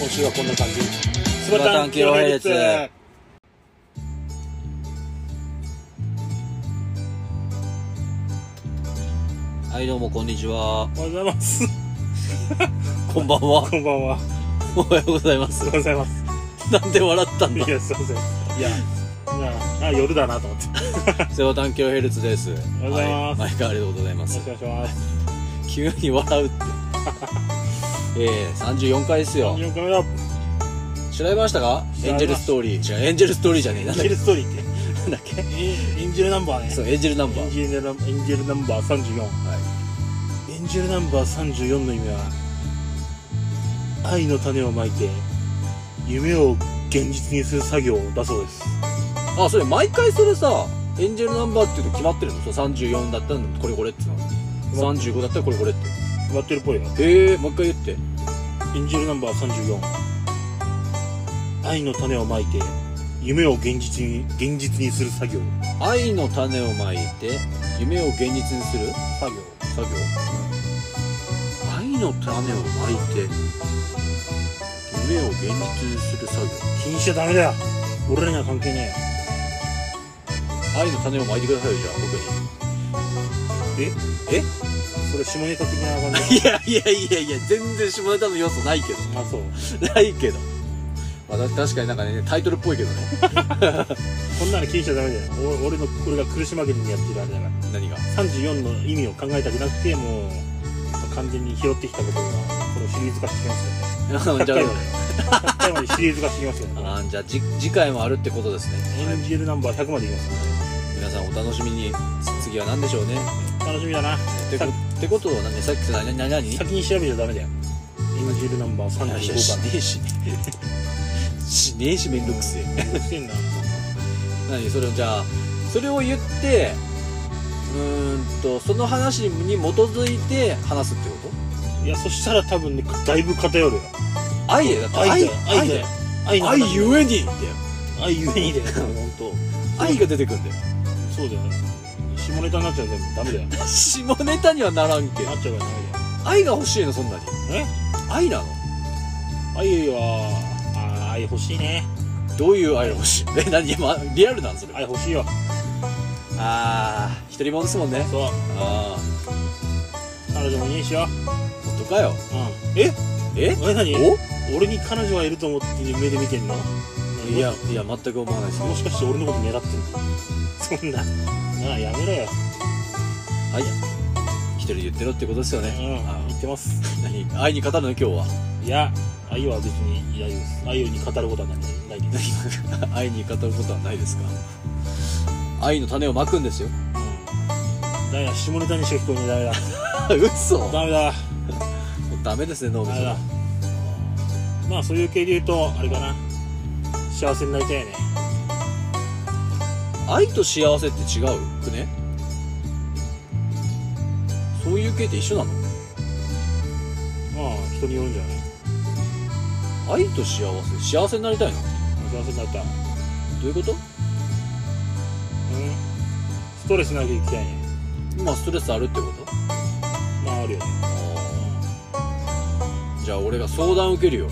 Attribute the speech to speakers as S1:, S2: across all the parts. S1: 今週はこんな感じス
S2: バタンキロヘルツはいどうもこんにちは
S1: おはようございます
S2: こんばんは
S1: こんばんは
S2: おはようございま
S1: おは
S2: す
S1: ようございます
S2: なんで笑ったん
S1: い
S2: だ
S1: やすいませんいやいやあ夜だなと思ってよ
S2: セバタンキロヘルツです
S1: おはようございます
S2: はい、毎回ありがとうございま
S1: ろし
S2: す
S1: くお願いします
S2: 急に笑 うってええ34回ですよ
S1: 4回目だ
S2: 調べましたか
S1: 調べ
S2: エン
S1: ました
S2: ジェルストーリー違うエンジェルストーリーじゃねえ
S1: エン
S2: なん
S1: ジ
S2: だっけ
S1: ェルストーリーって
S2: なんだっ け
S1: エンエンジェルナンバーね
S2: そうエンジェルナンバー
S1: エンジェルナンエンジェルナンバー34
S2: はい
S1: エンジェルナンバー34の意味は愛の種をまいて夢を現実にする作業だそうです
S2: あそれ毎回それさエンジェルナンバーっていうの決まってるのそう34だったらこれこれっての35だったらこれこれって
S1: 決まってるっぽいよ
S2: へえもう一回言って
S1: エンジェルナンバー34愛の種をまいて夢を現実に現実にする作業
S2: 愛の種をまいて夢を現実にする
S1: 作業
S2: 作業愛の種をまいて夢を現実にする作業
S1: 気にしちゃダメだよ俺らには関係ね
S2: 愛の種をまいてくださいよじゃあ僕
S1: えよ
S2: え
S1: それ下ネタ的 な感
S2: に
S1: じ
S2: いやいやいやいや全然下ネタの要素ないけど
S1: あそう
S2: ないけど、まあ、だ確かになんかねタイトルっぽいけどね
S1: こんなの気にしちゃダメだよお俺の俺が苦し紛れにやってるあれだから
S2: 何が
S1: 34の意味を考えたくなくてもう完全に拾ってきたことがこのシリーズ化してきますよね
S2: あのじ
S1: 100
S2: ゃあ
S1: 回まで100回までシリーズ化してきますよね
S2: あーじゃあじ次回もあるってことですね、
S1: エンジェルナンバー100までいきます
S2: 皆さんお楽しみに次は何でしょうね
S1: ので楽しみだな
S2: ってこってことをなんでさっきと何何何
S1: 先に調べちゃダメだよエンジェルナンバー35
S2: いやいやし
S1: か
S2: ねえししねえしめんどくせえ
S1: らうるせえな
S2: 何それをじゃあそれを言ってうーんとその話に基づいて話すってこ
S1: いやそしたら多分ねだいぶ偏るよ
S2: と愛だよだって
S1: 愛だよ愛
S2: 愛だ
S1: だよ
S2: よ
S1: 愛の話
S2: 愛ゆえにだよ
S1: 愛ゆえにだよ本当
S2: 愛が出てくんだよ
S1: そうだよね下ネタになっちゃうからダメだよ
S2: 下ネタにはならんけど
S1: なっちゃうからダメだよ
S2: 愛が欲しいのそんなに
S1: え
S2: 愛なの
S1: 愛はあー愛欲しいね
S2: どういう愛が欲しいえ何今リアルなんそれ
S1: 愛欲しいよ
S2: ああ一人もですもんね
S1: そう
S2: ああ
S1: 彼女もいねえしよ
S2: 本当かよ
S1: うんえ
S2: え
S1: え何
S2: お
S1: 俺に彼女がいると思って目で見てんの
S2: いやいや全く思わないです
S1: もしかして俺のこと狙ってんのそんななあやめろよ
S2: はい一人で言ってろってことですよ
S1: う
S2: ね、 あ
S1: ん言ってます
S2: 何愛に語るの今日はい
S1: や愛は別に大丈夫です愛に語ることは何ないです、
S2: 何愛に語ることはないですか愛の種をまくんですよ
S1: うん、ダメだ下ネタにしか聞こえねえダメだ
S2: 嘘もう
S1: ダメだ
S2: ダメですね脳み
S1: ダ
S2: そ
S1: メだ
S2: が
S1: まあそういう系で言うとあれかな幸せになりたいよね
S2: 愛と幸せって違うくねそういう系って一緒なの
S1: まあ人によるんじゃない
S2: 愛と幸せ幸せになりたいの
S1: 幸せになったうん
S2: どういうこと
S1: ストレスなく生きたいね
S2: 今ストレスあるってこと
S1: まああるよね
S2: あーじゃあ俺が相談受けるよ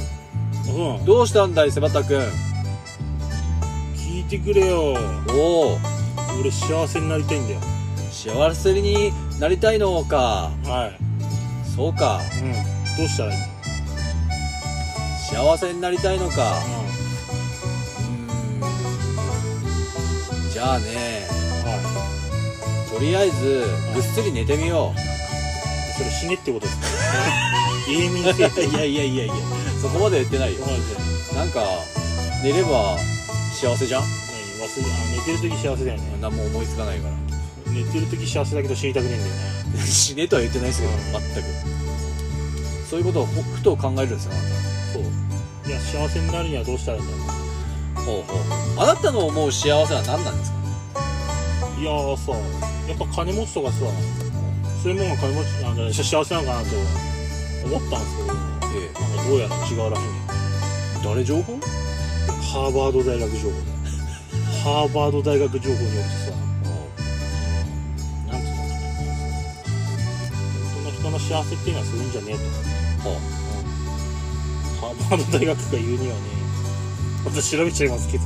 S1: あそうなの
S2: どうしたんだいセバタ君
S1: 聞いてくれよ
S2: おお
S1: 俺幸せになりたいんだよ
S2: 幸せになりたいのか
S1: はい
S2: そうか
S1: うんどうしたらいい
S2: 幸せになりたいのか
S1: う
S2: うーんじゃあね
S1: んは
S2: とりあえずぐっすり寝てみよ
S1: いそれ死ねってことですか永眠して
S2: ういやいやいやいやそこまで言ってないよ
S1: マジで
S2: なんか寝れば幸せじゃん
S1: 何忘れあ寝てる時幸せだよね
S2: 何も思いつかないから
S1: 寝てる時幸せだけど死にたくねえんだよ ね
S2: 死ねとは言ってないですけど全くそういうことをふと考えるんですよ
S1: そういや幸せになるにはどうしたらいいんだ
S2: ほ
S1: ろ
S2: うほうあなたの思う幸せは何なんですか
S1: ういやーさやっぱ金持ちとかさそういうもんが金持ちなんだ幸せなのかなと思ったんですけどなんか
S2: え
S1: どうやら違うらしいね
S2: え誰情報
S1: ハーバード大学情報だハーバード大学情報によるとさなんていうのかな本当の人の幸せっていうのはするんじゃねえと
S2: は
S1: ハーバード大学が言うにはね私調べちゃいますけど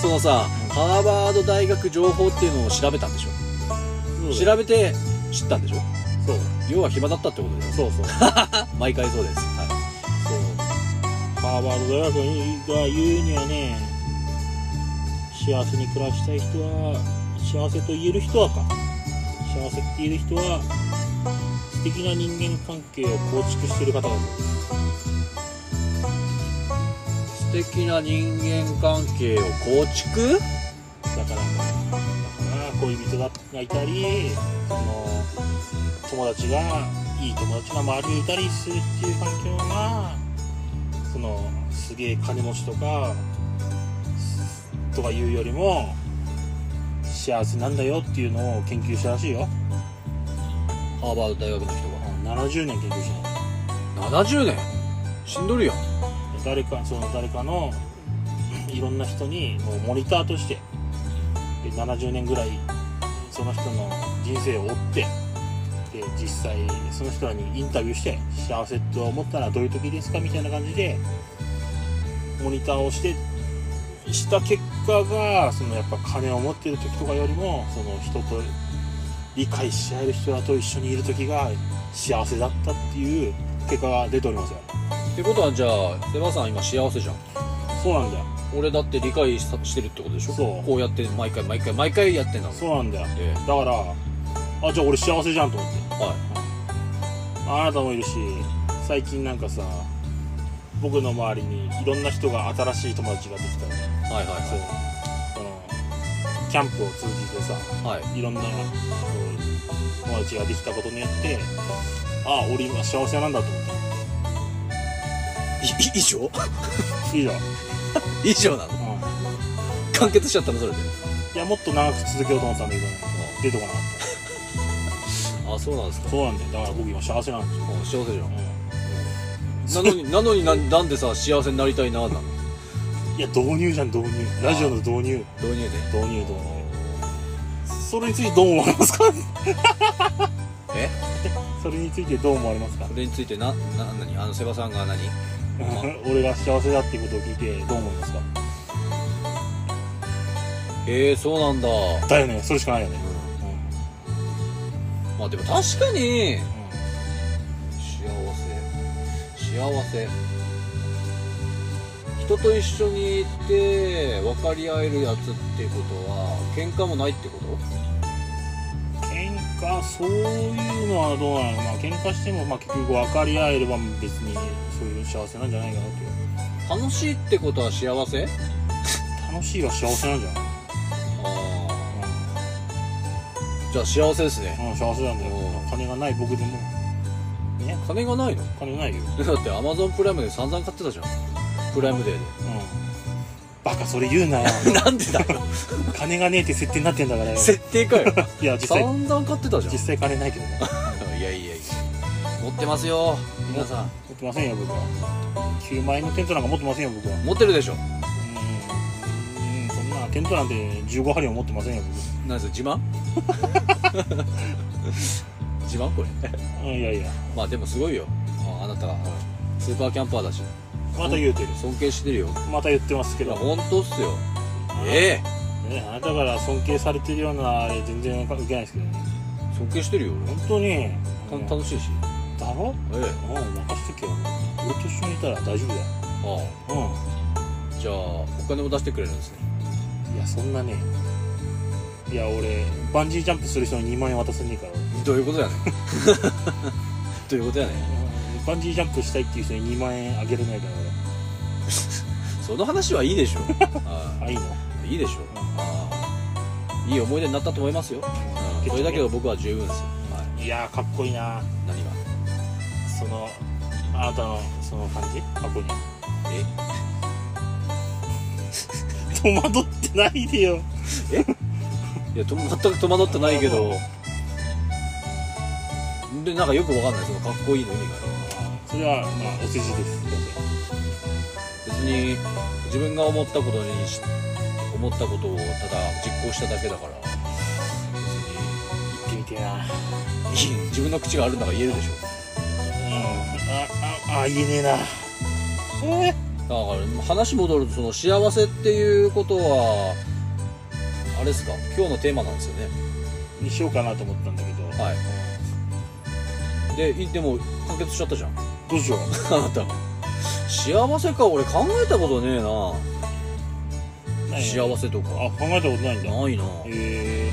S2: そのさハーバード大学情報っていうのを調べたんでしょ調べて知ったんでしょ
S1: そう
S2: 要は暇だったってことだよ
S1: そうそう
S2: 毎回そうです、は
S1: そうハーバード大学が言うにはね幸せに暮らしたい人は幸せと言える人はか幸せって言える人は素敵な人間関係を構築している方だと
S2: い、素敵な人間関係を構築
S1: だからだから恋人がいたりその友達がいい友達が周りにいたりするっていう環境がそのすげえ金持ちとかすとかいうよりも幸せなんだよっていうのを研究したらしいよ
S2: ハーバード大学の人が
S1: 70年研究したの
S2: 70年死んどるよ
S1: 誰かその誰かの いろんな人にもうモニターとしてで70年ぐらいその人の人生を追ってで実際その人らにインタビューして幸せと思ったらどういう時ですかみたいな感じでモニターをしてした結果がそのやっぱ金を持ってる時とかよりもその人と理解し合える人らと一緒にいる時が幸せだったっていう結果が出ておりますよ
S2: ってことはじゃあセバさん今幸せじゃん
S1: そうなんだよ
S2: 俺だって理解したしてるってことでしょ
S1: そう
S2: こうやって毎回毎回毎回やってんだもん
S1: そうなんだよ
S2: え
S1: だからあじゃあ俺幸せじゃんと思って
S2: えは
S1: あなたもいるし最近なんかさ僕の周りにいろんな人が新しい友達ができたり
S2: いはい
S1: そう
S2: は
S1: そのキャンプを通じてさ
S2: いはいはい
S1: いろんなこう友達ができたことによってあ俺今幸せなんだと思っ
S2: 以上
S1: ていいじゃん、うん、
S2: 以上なの完結しちゃったのそれで
S1: いやもっと長く続けようと思ったんだけどね出てこなかっ
S2: あそうなんですか
S1: たそうなんだよだから僕今幸せなんですよ、
S2: あ幸せじゃん
S1: そ
S2: なのになのにななんでさ幸せになりたいななの
S1: うん、いや導入じゃん導入ラジオの導入
S2: 導入で
S1: 導入導入それについてどう思われますか
S2: え
S1: それについてどう思われますか
S2: それについてなな何あのセバさんが何
S1: 俺が幸せだっていうことを聞いてどう思いますか
S2: ええそうなんだ
S1: だよねそれしかないよね
S2: まあでも確かに
S1: うんうん
S2: 幸せ幸せ人と一緒にいて分かり合えるやつっていうことは喧嘩もないってこと
S1: 喧嘩そういうのはどうなのまあ喧嘩しても、まあ、結局分かり合えれば別にそういう幸せなんじゃないかなっていう
S2: 楽しいってことは幸せ
S1: 楽しいは幸せなんじゃない
S2: ああじゃあ幸せですね
S1: うん、うん、幸せなんだよ
S2: うん
S1: 金がない僕でもね
S2: 金がないの
S1: 金ないよ
S2: だってアマゾンプライムで散々買ってたじゃんプライムデー
S1: うんバカそれ言うなよ
S2: でなんでだよ
S1: 金がねえって設定になってんだからよ
S2: 設定かよ
S1: いや実際
S2: 散々買ってたじゃん
S1: 実際金ないけどね
S2: いやいやいや持ってますよ皆さん
S1: 持ってませんよ僕は9万円のテントなんか持ってませんよ僕はう
S2: 持ってるでしょ
S1: ーんうーんそんなテントなんて15針も持ってませんよ
S2: 何です自慢 自慢これ
S1: 僕うんいやいや
S2: まあでもすごいよああなたがスーパーキャンパーだし
S1: また言うてる
S2: 尊敬してるよ
S1: また言ってますけ
S2: い
S1: ど
S2: や本当っすよええ
S1: ねあなたから尊敬されてるようなあれ全然受けないですけどね
S2: 尊敬してるよ
S1: 本当に
S2: 俺
S1: うん
S2: た楽しいし
S1: だろ
S2: ええ
S1: うん任しとけよ俺と一緒にいたら大丈夫だよ
S2: あ
S1: う
S2: あじゃあお金も出してくれるんですね
S1: んいやそんなねいや俺バンジージャンプする人に2万円渡せねえから 俺
S2: どういうこと やねんどういうことやねん
S1: うんバンジージャンプしたいっていう人に2万円あげれないから
S2: その話はいい でしょあ
S1: 俺あいいの
S2: あいいでしょああいい思い出になったと思いますよ、うん、それだけど僕は十分ですよ、はい、
S1: いやーかっこいいな
S2: 何が
S1: そのあなたのその感じ過去に
S2: え
S1: 戸惑ってないでよ
S2: いやと 全く戸惑ってないけどでなんかよくわかんないそのかっこいいの意味が
S1: それはまあお世辞です
S2: 別に自分が思ったことにし思ったことをただ実行しただけだから別
S1: 行ってみてえなうん
S2: にいい自分の口があるんだから言えるでしょ
S1: あああ言えねえなえー
S2: だから話戻るとその幸せっていうことはあれですか今日のテーマなんですよね
S1: にしようかなと思ったんだけど、
S2: はいでいでも完結しちゃったじゃん
S1: どうしよう
S2: あなたが幸せか俺考えたことねえな幸せと
S1: あ
S2: か
S1: 考えたことないんだ
S2: ないな
S1: え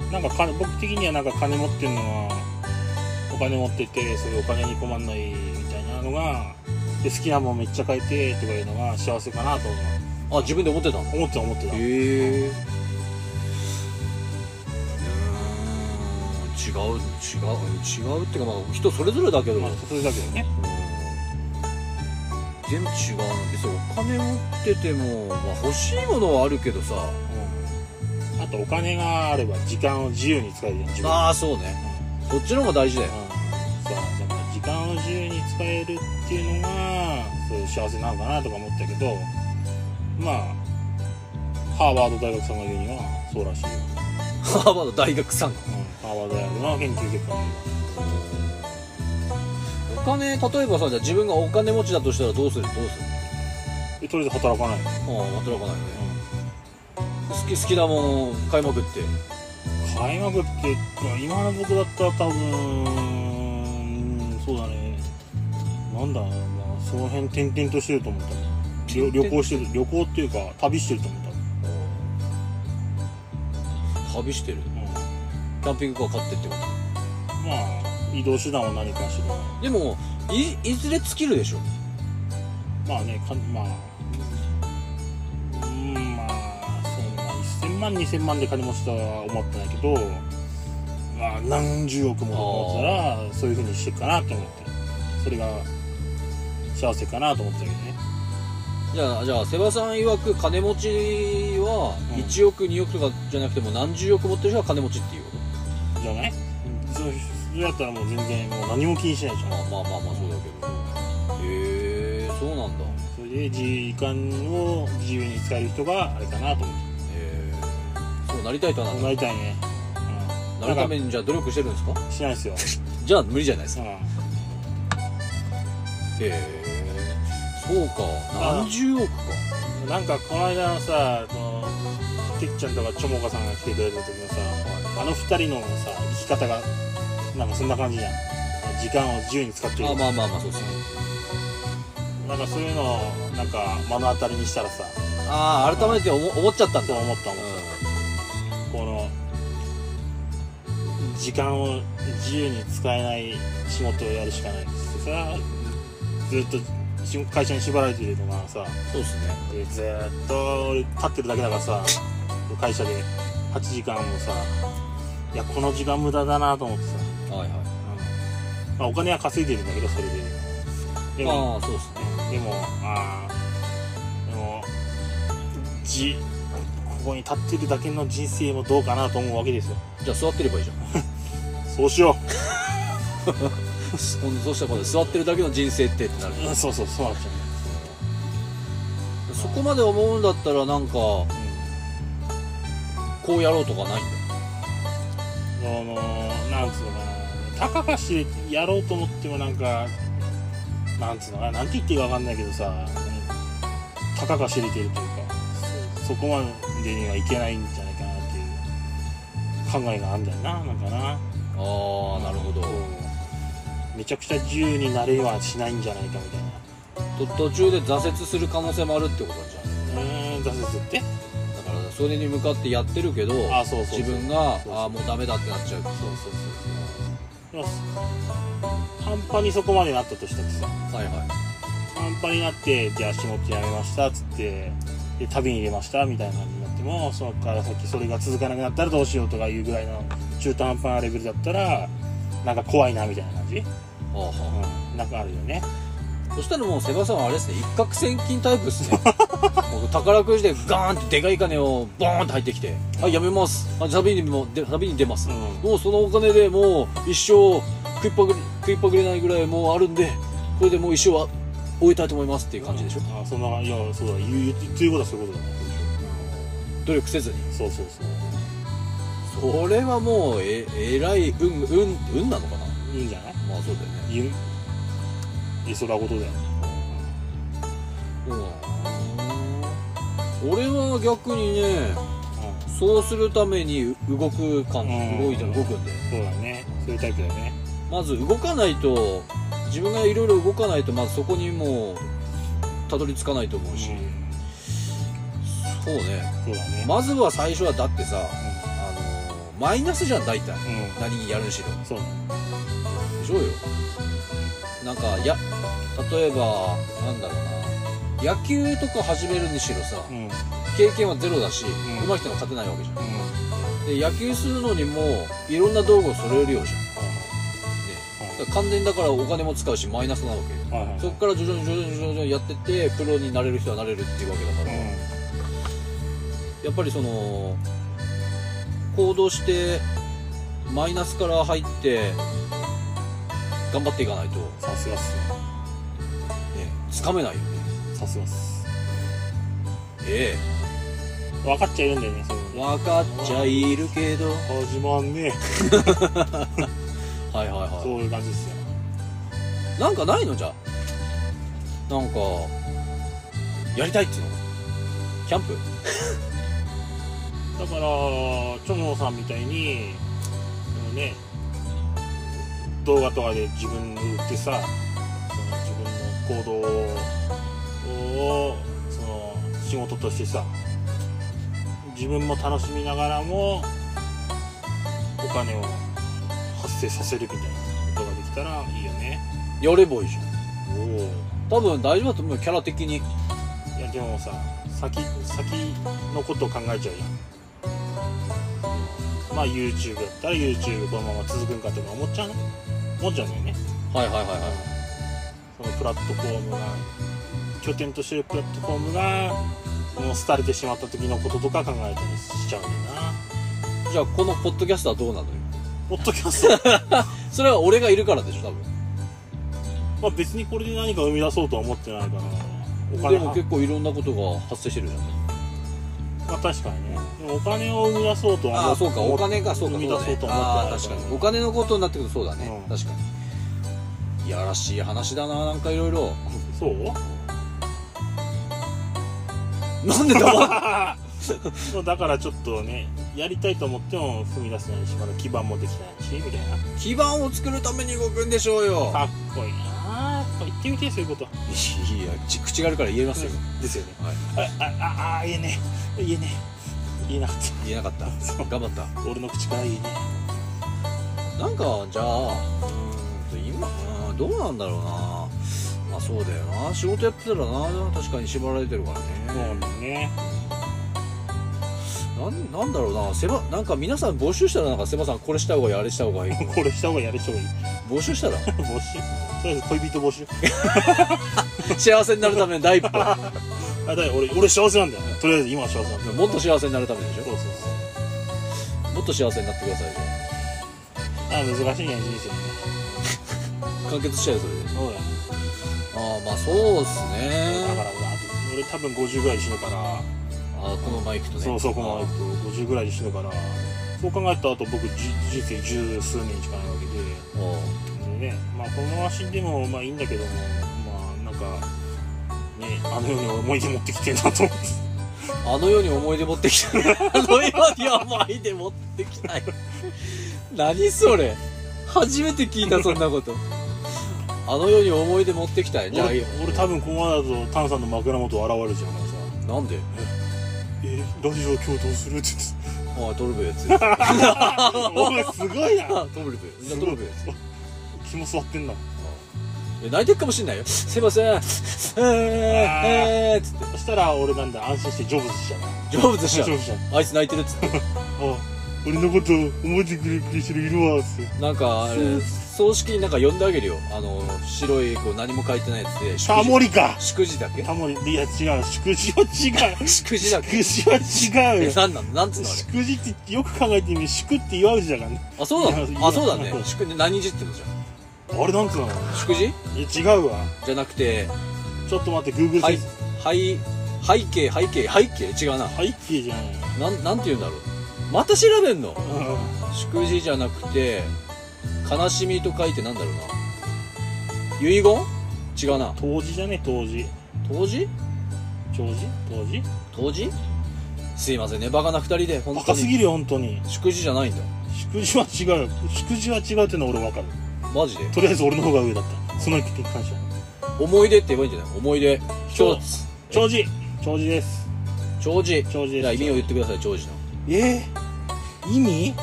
S1: ー、なんかか僕的にはなんか金持ってるのはお金持っててそれお金に困んないみたいなのがで好きなもんめっちゃ買えてとかいうのが幸せかなと
S2: あ自分で思ってたのへ
S1: 思ってた思ってた
S2: えうーん違う違う違うっていうかまあ人それぞれだけど、
S1: まあそれだけどね
S2: 全部違うの別にお金持ってても、まあ、欲しいものはあるけどさ
S1: うんあとお金があれば時間を自由に使えるじゃん自分
S2: ああそうねそっちの方が大事だよ
S1: そうだから時間を自由に使えるっていうのがそういう幸せなのかなとか思ったけどまあハーバード大学さんが言うにはそうらしいよ、
S2: ハーバード大学さん
S1: うん、ハーバード大学の研究結果による
S2: お金例えばさじゃあ自分がお金持ちだとしたらどうするどうする
S1: ととりあえず働かない、
S2: ああ働かないよね好き好きなもん買いまくって
S1: うん、買いまくって今の僕だったら多分そうだねなんだろうなその辺転々としてると思った旅旅行してる旅行っていうか旅してると思った
S2: 旅してる
S1: うん
S2: キャンピングカー買ってってこと
S1: まあ移動手段は何かしら
S2: でもいいずれ尽きるでしょ
S1: まあねかまあうんまあそんな1000万2000万で金持ちとは思ってないけどまあ何十億も持ってたらそういうふうにしていくかなと思ってそれが幸せかなと思ってたけどね
S2: じゃあじゃあ瀬場さん曰く金持ちは
S1: うん
S2: 1億2億とかじゃなくても何十億持ってる人は金持ちっていうこ
S1: じゃないそうそれだったらもう全然もう何も気にしないじゃ
S2: とまあ
S1: ん
S2: まあまあまあそうだけどへえそうなんだへ
S1: それで時間を自由に使える人があれかなと思って
S2: えそうなりたいとはな
S1: そ
S2: ん
S1: う
S2: だ
S1: なりたいね、うん、
S2: なるため
S1: に
S2: にじゃあ努力してるんですか
S1: しないですよ、
S2: じゃあ無理じゃないです
S1: う
S2: か
S1: ん
S2: へえそうか何十億か
S1: なんかこの間のさあのてっちゃんとかちょもかさんが来てくれた時のさあの二人のさ生き方がなんかそんな感じじゃん時間を自由に使ってる
S2: あまあまあまあそうですね
S1: なんかそういうのをなんか目の当たりにしたらさ
S2: ああ改めて思思っちゃったん
S1: そ
S2: だ
S1: う思った思った、この時間を自由に使えない仕事をやるしかないですそれはずっとし会社に縛られてるのがさ
S2: そうですね
S1: でずーっと俺立ってるだけだからさ会社で8時間もさいやこの時間無駄だなと思ってさ、
S2: はいはい
S1: うんまあ、お金は稼いでるんだけどそれででも、
S2: ああそうですね
S1: うんでもあーでもじここに立ってるだけの人生もどうかなと思うわけですよ
S2: じゃあ座ってればいいじゃん
S1: そうしよ
S2: ほんとそうしたら今度座ってるだけの人生ってってなる
S1: う、うん、そうそうそうなっちゃ
S2: そこまで思うんだったらなんかこ
S1: う、うん
S2: うやろうとかないん
S1: あのなんつうのかな高橋でやろうと思ってもなんかなんつうのかななんて言っていいか分かんないけどさ高が知れてるというかそそこまでにはいけないんじゃないかなっていう考えがあるんだよななんかな
S2: だああなるほど
S1: こうめちゃくちゃ自由になれはしないんじゃないかみたいな
S2: と途中で挫折する可能性もあるってことなんじゃん
S1: うーん挫折って
S2: だからそれに向かってやってるけど
S1: あそうそうそう
S2: 自分が
S1: そうそう
S2: ああもうダメだってなっちゃう
S1: そうそうそうそう半端にそこまでなったとしたってさ
S2: はいはい
S1: 半端になってじゃあ仕事辞めましたっつってで旅に出ましたみたいな感じになってもそこから先それが続かなくなったらどうしようとかいうぐらいの中途半端なレベルだったらなんか怖いなみたいな感じ、
S2: ああは
S1: うん、なんかあるよね
S2: あそしたらもうセバさんはあれですね一攫千金タイプ ですね僕宝くじでガーンってでかい金をボーンって入ってきて「はいやめます」あ「旅にもで旅に出ます」
S1: う
S2: もうそのお金でもう一生食いっぱぐれ食いっぱぐれないぐらいもうあるんでこれでもう一生は終えたいと思いますってい
S1: ん
S2: う感じでしょ、
S1: あそんないやそうだ言う言うということはそういうことだね
S2: 努力せずに
S1: そうそうそう
S2: それはもうええらい運運運なのかない
S1: いんじゃない
S2: まあそうだよね
S1: ゆいそらごとだよ
S2: そうだな俺は逆にねそうするために動く感
S1: うん
S2: じ動いたら動くんで
S1: そうだねそういうタイプだよね
S2: まず動かないと自分がいろいろ動かないとまずそこにもうたどり着かないと思うし、
S1: うん
S2: そうね
S1: そうだね
S2: まずは最初はだってさあのーマイナスじゃん大体
S1: うん、うん
S2: 何やるにしろ
S1: そうだね
S2: でしょうよなんかや例えばなんだろうな野球とか始めるにしろさ
S1: うんうん
S2: 経験はゼロだし、
S1: ん
S2: 上手い人が勝てないわけじゃんで野球するのにもいろんな道具を揃えるようじゃん、ね、だから完全にだからお金も使うしマイナスなわけよ
S1: うんはいはい
S2: そこから徐々に徐々に徐々にやってってプロになれる人はなれるっていうわけだから、やっぱりその行動してマイナスから入って頑張っていかないと
S1: うんさすがっす
S2: ねつかめないよね
S1: さすがっす
S2: え
S1: 分かっちゃいるんだよねそういう
S2: え
S1: のね
S2: 分かっちゃいるけどは
S1: 始まんねえ
S2: いはいは
S1: そういう感じっすよ
S2: いなんかないのじゃあなんかやりたいっていうのキャンプ
S1: だからチョノさんみたいにそのね動画とかで自分で売ってさその自分の行動をその仕事としてさ自分も楽しみながらもお金を発生させるみたいなことができたらいいよね
S2: やればいいじゃん
S1: お
S2: 多分大丈夫だと思うよキャラ的に
S1: いやでもさ先先のことを考えちゃうやんまあ YouTube だったら YouTube このまま続くんかとか思っちゃうの思っちゃうんだよね
S2: はいはいはいはい
S1: そのプラットフォームが拠点としてるプラットフォームがもう廃れてしまった時のこととか考えたりしちゃうんだよな
S2: じゃあこのポッドキャストはどうなのよ
S1: ポッドキ ャスト
S2: それは俺がいるからでしょ多分
S1: まあ別にこれで何か生み出そうとは思ってないからお
S2: で
S1: 金
S2: も
S1: は
S2: 結構いろんなことが発生してるじゃん
S1: まあ確かにねでもお金を生み出そうとは
S2: あ
S1: 思
S2: あそうかお金かそうかそ
S1: 生み
S2: う
S1: 出
S2: だ
S1: そう
S2: ね
S1: とは
S2: あ
S1: 思
S2: あ
S1: って
S2: 確
S1: な
S2: か
S1: い
S2: にお金のことになってくるとそうだね、
S1: うん
S2: 確かにいやらしい話だななんかいろいろ
S1: そう
S2: なんで 黙っ
S1: そうだからちょっとねやりたいと思っても踏み出せないしまだ基盤もできてないしみたいな
S2: 基盤を作るために動くんでしょうよ
S1: かっこいいなあと言ってみてそういうこと
S2: いや口口があるから言えますよ、
S1: ですよね
S2: はい、
S1: あああ言えねえ言えねえ言えなかっ
S2: 言えなかった頑張った
S1: た俺の口から言えね
S2: なんかじゃあうーんと今うんどうなんだろうなまあそうだよな仕事やってたらな確かに縛られてるからね
S1: えそうなんだよね
S2: なんなんだろうなセバなんか皆さん募集したらなんかセバさんこれした方がいいあれした方がいい
S1: これした方がやれした方がいい
S2: 募集 したら
S1: 募集とりあえず恋人募集
S2: 幸せになるための第一歩
S1: あだから俺俺幸せなんだよとりあえず今は幸せなんだよ
S2: もっと幸せになるためでし
S1: そうそうそう
S2: ょもっと幸せになってくださいじゃ
S1: あ難しいね人生ね
S2: あ完結しちゃうよそれで
S1: そうだよ
S2: ああまあそうっす
S1: だか
S2: ね
S1: ら俺あと俺多分50ぐらいで死ぬから
S2: ああこのままいくとね
S1: そうそうこのままいくと50ぐらいで死ぬからそう考えたらあと僕じ人生十数年しかないわけ
S2: ああ
S1: ででねまあこのまま死んでもまあいいんだけどもまあなんかねあのように思い出持ってきてんなと思って
S2: あの世に思い出持ってきたあの世に思い出持ってきたい何それ初めて聞いたそんなことあの世に思い出持ってきた いじゃあいい
S1: 俺
S2: よ
S1: 俺多分このままだと炭酸の枕元現れちゃうからさ
S2: なんで
S1: 「えラジオ今日どうする?」って
S2: おいトルブやつ
S1: 言って「お前すごいな
S2: あトルブみんなトルブやつ
S1: 気も座ってんな」
S2: え泣いてるかもしんないよ「すいませんえーえー」っつって
S1: そしたら俺なんだ安心してジョブズしちゃうな
S2: 成仏し
S1: ジ
S2: ち
S1: ョ
S2: ゃ
S1: ブ
S2: う
S1: ズしちゃう
S2: あいつ泣いてるっつって
S1: あ俺のこと覚えてくれる人いるわっつって
S2: なんかあれ葬式になんか呼んであげるよあの白いこう何も書いてないやつで
S1: タ
S2: 祝
S1: モ
S2: 辞
S1: リか
S2: 祝辞だっけ
S1: タモリいや違う祝辞は違う
S2: 祝辞だっけ
S1: 祝辞は違う
S2: え
S1: よ
S2: なんなんなんつうのあれ
S1: 祝辞ってよく考えてみる祝って祝う字だからね
S2: あそうないの
S1: や
S2: あそうだね
S1: いや
S2: 祝何日って言うのじゃ
S1: あれなんつうの
S2: ん祝辞
S1: いや違うわ
S2: じゃなくて
S1: ちょっと待ってグーグル
S2: はいはい背景背景背景違うな
S1: 背景じゃない
S2: なんなんて言うんだろうまた調べんの
S1: うん
S2: 祝辞じゃなくて悲しみと書いてなんだろうな遺言違うな
S1: 当時じゃね当時
S2: 当時
S1: 長時当時
S2: 当時すいませんねバカな二人で本
S1: バ
S2: 当
S1: カす
S2: に
S1: ぎるよ本当に
S2: 祝辞じゃないんだよ
S1: 祝辞は違う祝辞は違うっていうのは俺分かる
S2: マジで
S1: とりあえず俺の方が上だったその一点に関しては
S2: 思い出って言えばいいんじゃない思い出
S1: そう
S2: 長
S1: 長時長時です
S2: 長寿
S1: 長時
S2: じ
S1: で
S2: ゃあ
S1: す
S2: 意味を言ってください長寿の
S1: えー、意味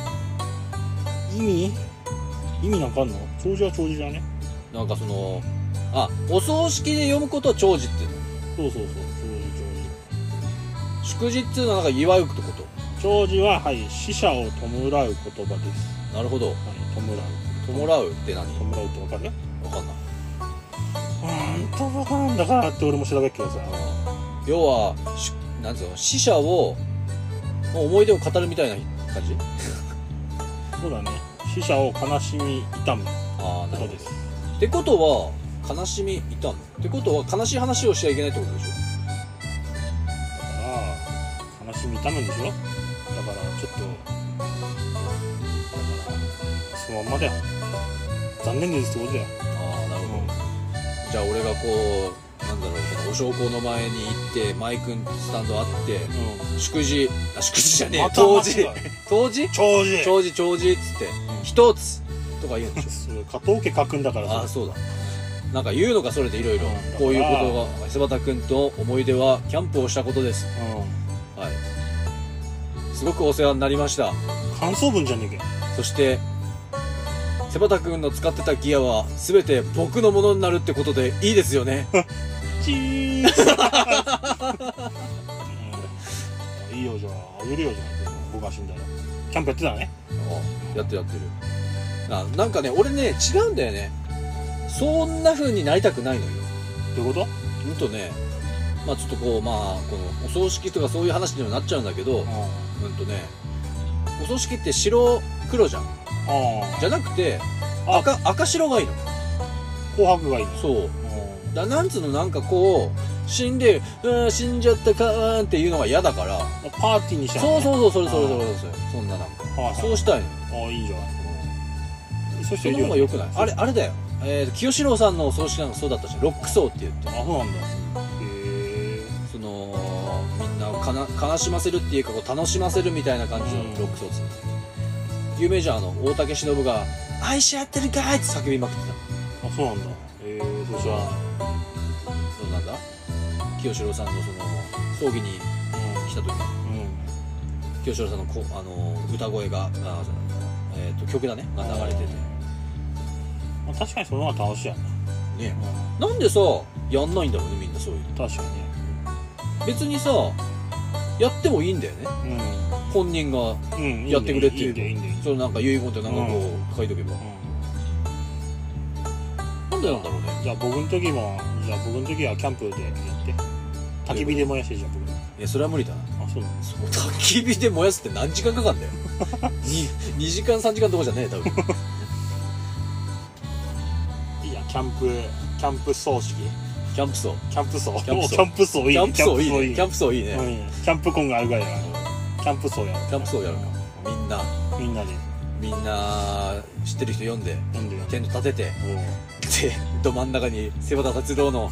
S1: 意味意味なんかあんの長寿は長寿じゃね
S2: なんかそのあお葬式で読むことを長寿っていうの
S1: そうそうそう
S2: 祝辞っていうのはなんか祝うってこと
S1: 長寿長寿長寿ははい死者を弔う言葉ですはい
S2: なるほど弔
S1: 弔う
S2: うって何
S1: 弔うって分かる
S2: わかんない
S1: うんと分からんだからって俺も調べっけどさ
S2: うん要はしなんつうの死者をの思い出を語るみたいな感じ
S1: そうだね死者を悲しみ痛む
S2: ああ
S1: こ
S2: なる
S1: と
S2: ほど
S1: です
S2: ってことは悲しみいたのってことは悲しい話をしちゃいけないってことでしょ
S1: だから悲しみ痛むんでしょだからちょっとだからそのまんまだよ残念ですってことだよ
S2: ああなる
S1: ほど
S2: じゃあ俺がこうなんだろうこのお焼香の前に行ってマイクスタンドあって
S1: うん
S2: 祝辞あ祝辞じゃねえ
S1: また
S2: 当
S1: 間
S2: 時
S1: 違
S2: 当時
S1: 長寿
S2: 長辞長辞っつって
S1: ん
S2: 一つとか言うんでしょ
S1: 加藤家書くんだから
S2: ああ
S1: さ
S2: そうだなんか言うのかそれでいろいろ
S1: うん
S2: こういうことが瀬端君と思い出はキャンプをしたことです
S1: う
S2: はいすごくお世話になりました
S1: ん感想文じゃねえかよ
S2: そして瀬端君の使ってたギアは全て僕のものになるってことでいいですよね
S1: チーズうんいいよじゃああげるよじゃあ僕が死んだらキャンプやってたね
S2: あやってるやってるあなんかね俺ね違うんだよねそんな風になりたくないのよ
S1: どういうこと
S2: うんとねまあちょっとこうまあこのお葬式とかそういう話にもなっちゃうんだけどう
S1: うん
S2: んとねお葬式って白黒じゃん
S1: あ
S2: じゃなくて
S1: あ
S2: 赤赤白がいいの
S1: あ紅白がいいね
S2: そう
S1: うん
S2: だなんつうのなんかこう死んでうーん死んじゃったかーんっていうのが嫌だから
S1: パーティーにした
S2: そう
S1: う
S2: そうそうそれそれそれそれそんななんか
S1: はいはい
S2: そうしたいの
S1: ああいいじゃんそし
S2: そ
S1: て
S2: の方が良くないあれあれだよえーと清志郎さんの葬式なんかそうだったじゃんロック葬って言って
S1: あそうなんだへえ
S2: そのみんなをかな悲しませるっていうかこう楽しませるみたいな感じの
S1: うん
S2: ロック葬って有名じゃんあの大竹しのぶが「愛し合ってるかい!」って叫びまくってた
S1: あそうなんだへえそしたら
S2: そうなんだ清志郎さんのその葬儀に来た時
S1: うんうん
S2: 清志郎さんのこあの歌声があーえー、と曲だねが流れてて
S1: まあ確かにその方が楽しいやな
S2: ね
S1: う
S2: なんでさやんないんだろうねみんなそういうの
S1: ん確かにね
S2: 別にさやってもいいんだよね本人が
S1: うん
S2: やってくれって
S1: いいんだよいいんだよいいんだよ
S2: そのなんか遺言ってなんかこう書いとけば、
S1: う
S2: なんでなんだろうね
S1: んじゃあ僕の時もじゃあ僕の時はキャンプでやって焚き火で燃やしてじゃあ僕の
S2: いやそれは無理だな
S1: あそうなんです
S2: そう焚き火で燃やすって何時間かか んだよ 2, 時間3時間とかじゃねえ多 分
S1: いやキャンプキャンプ葬式
S2: キャンプ層
S1: キャンプ葬
S2: キャンプ葬
S1: キャンプ葬いい
S2: キャンプ層いい
S1: い
S2: ねキャンプ層いいね、
S1: うんキャンプコンがあるぐらいだからキャンプ層やろう
S2: キャンプ層やるかみんな
S1: みんなで
S2: みんな知ってる人読んで
S1: 飲んでる
S2: テント立てて
S1: お
S2: でど真ん中に瀬端達郎の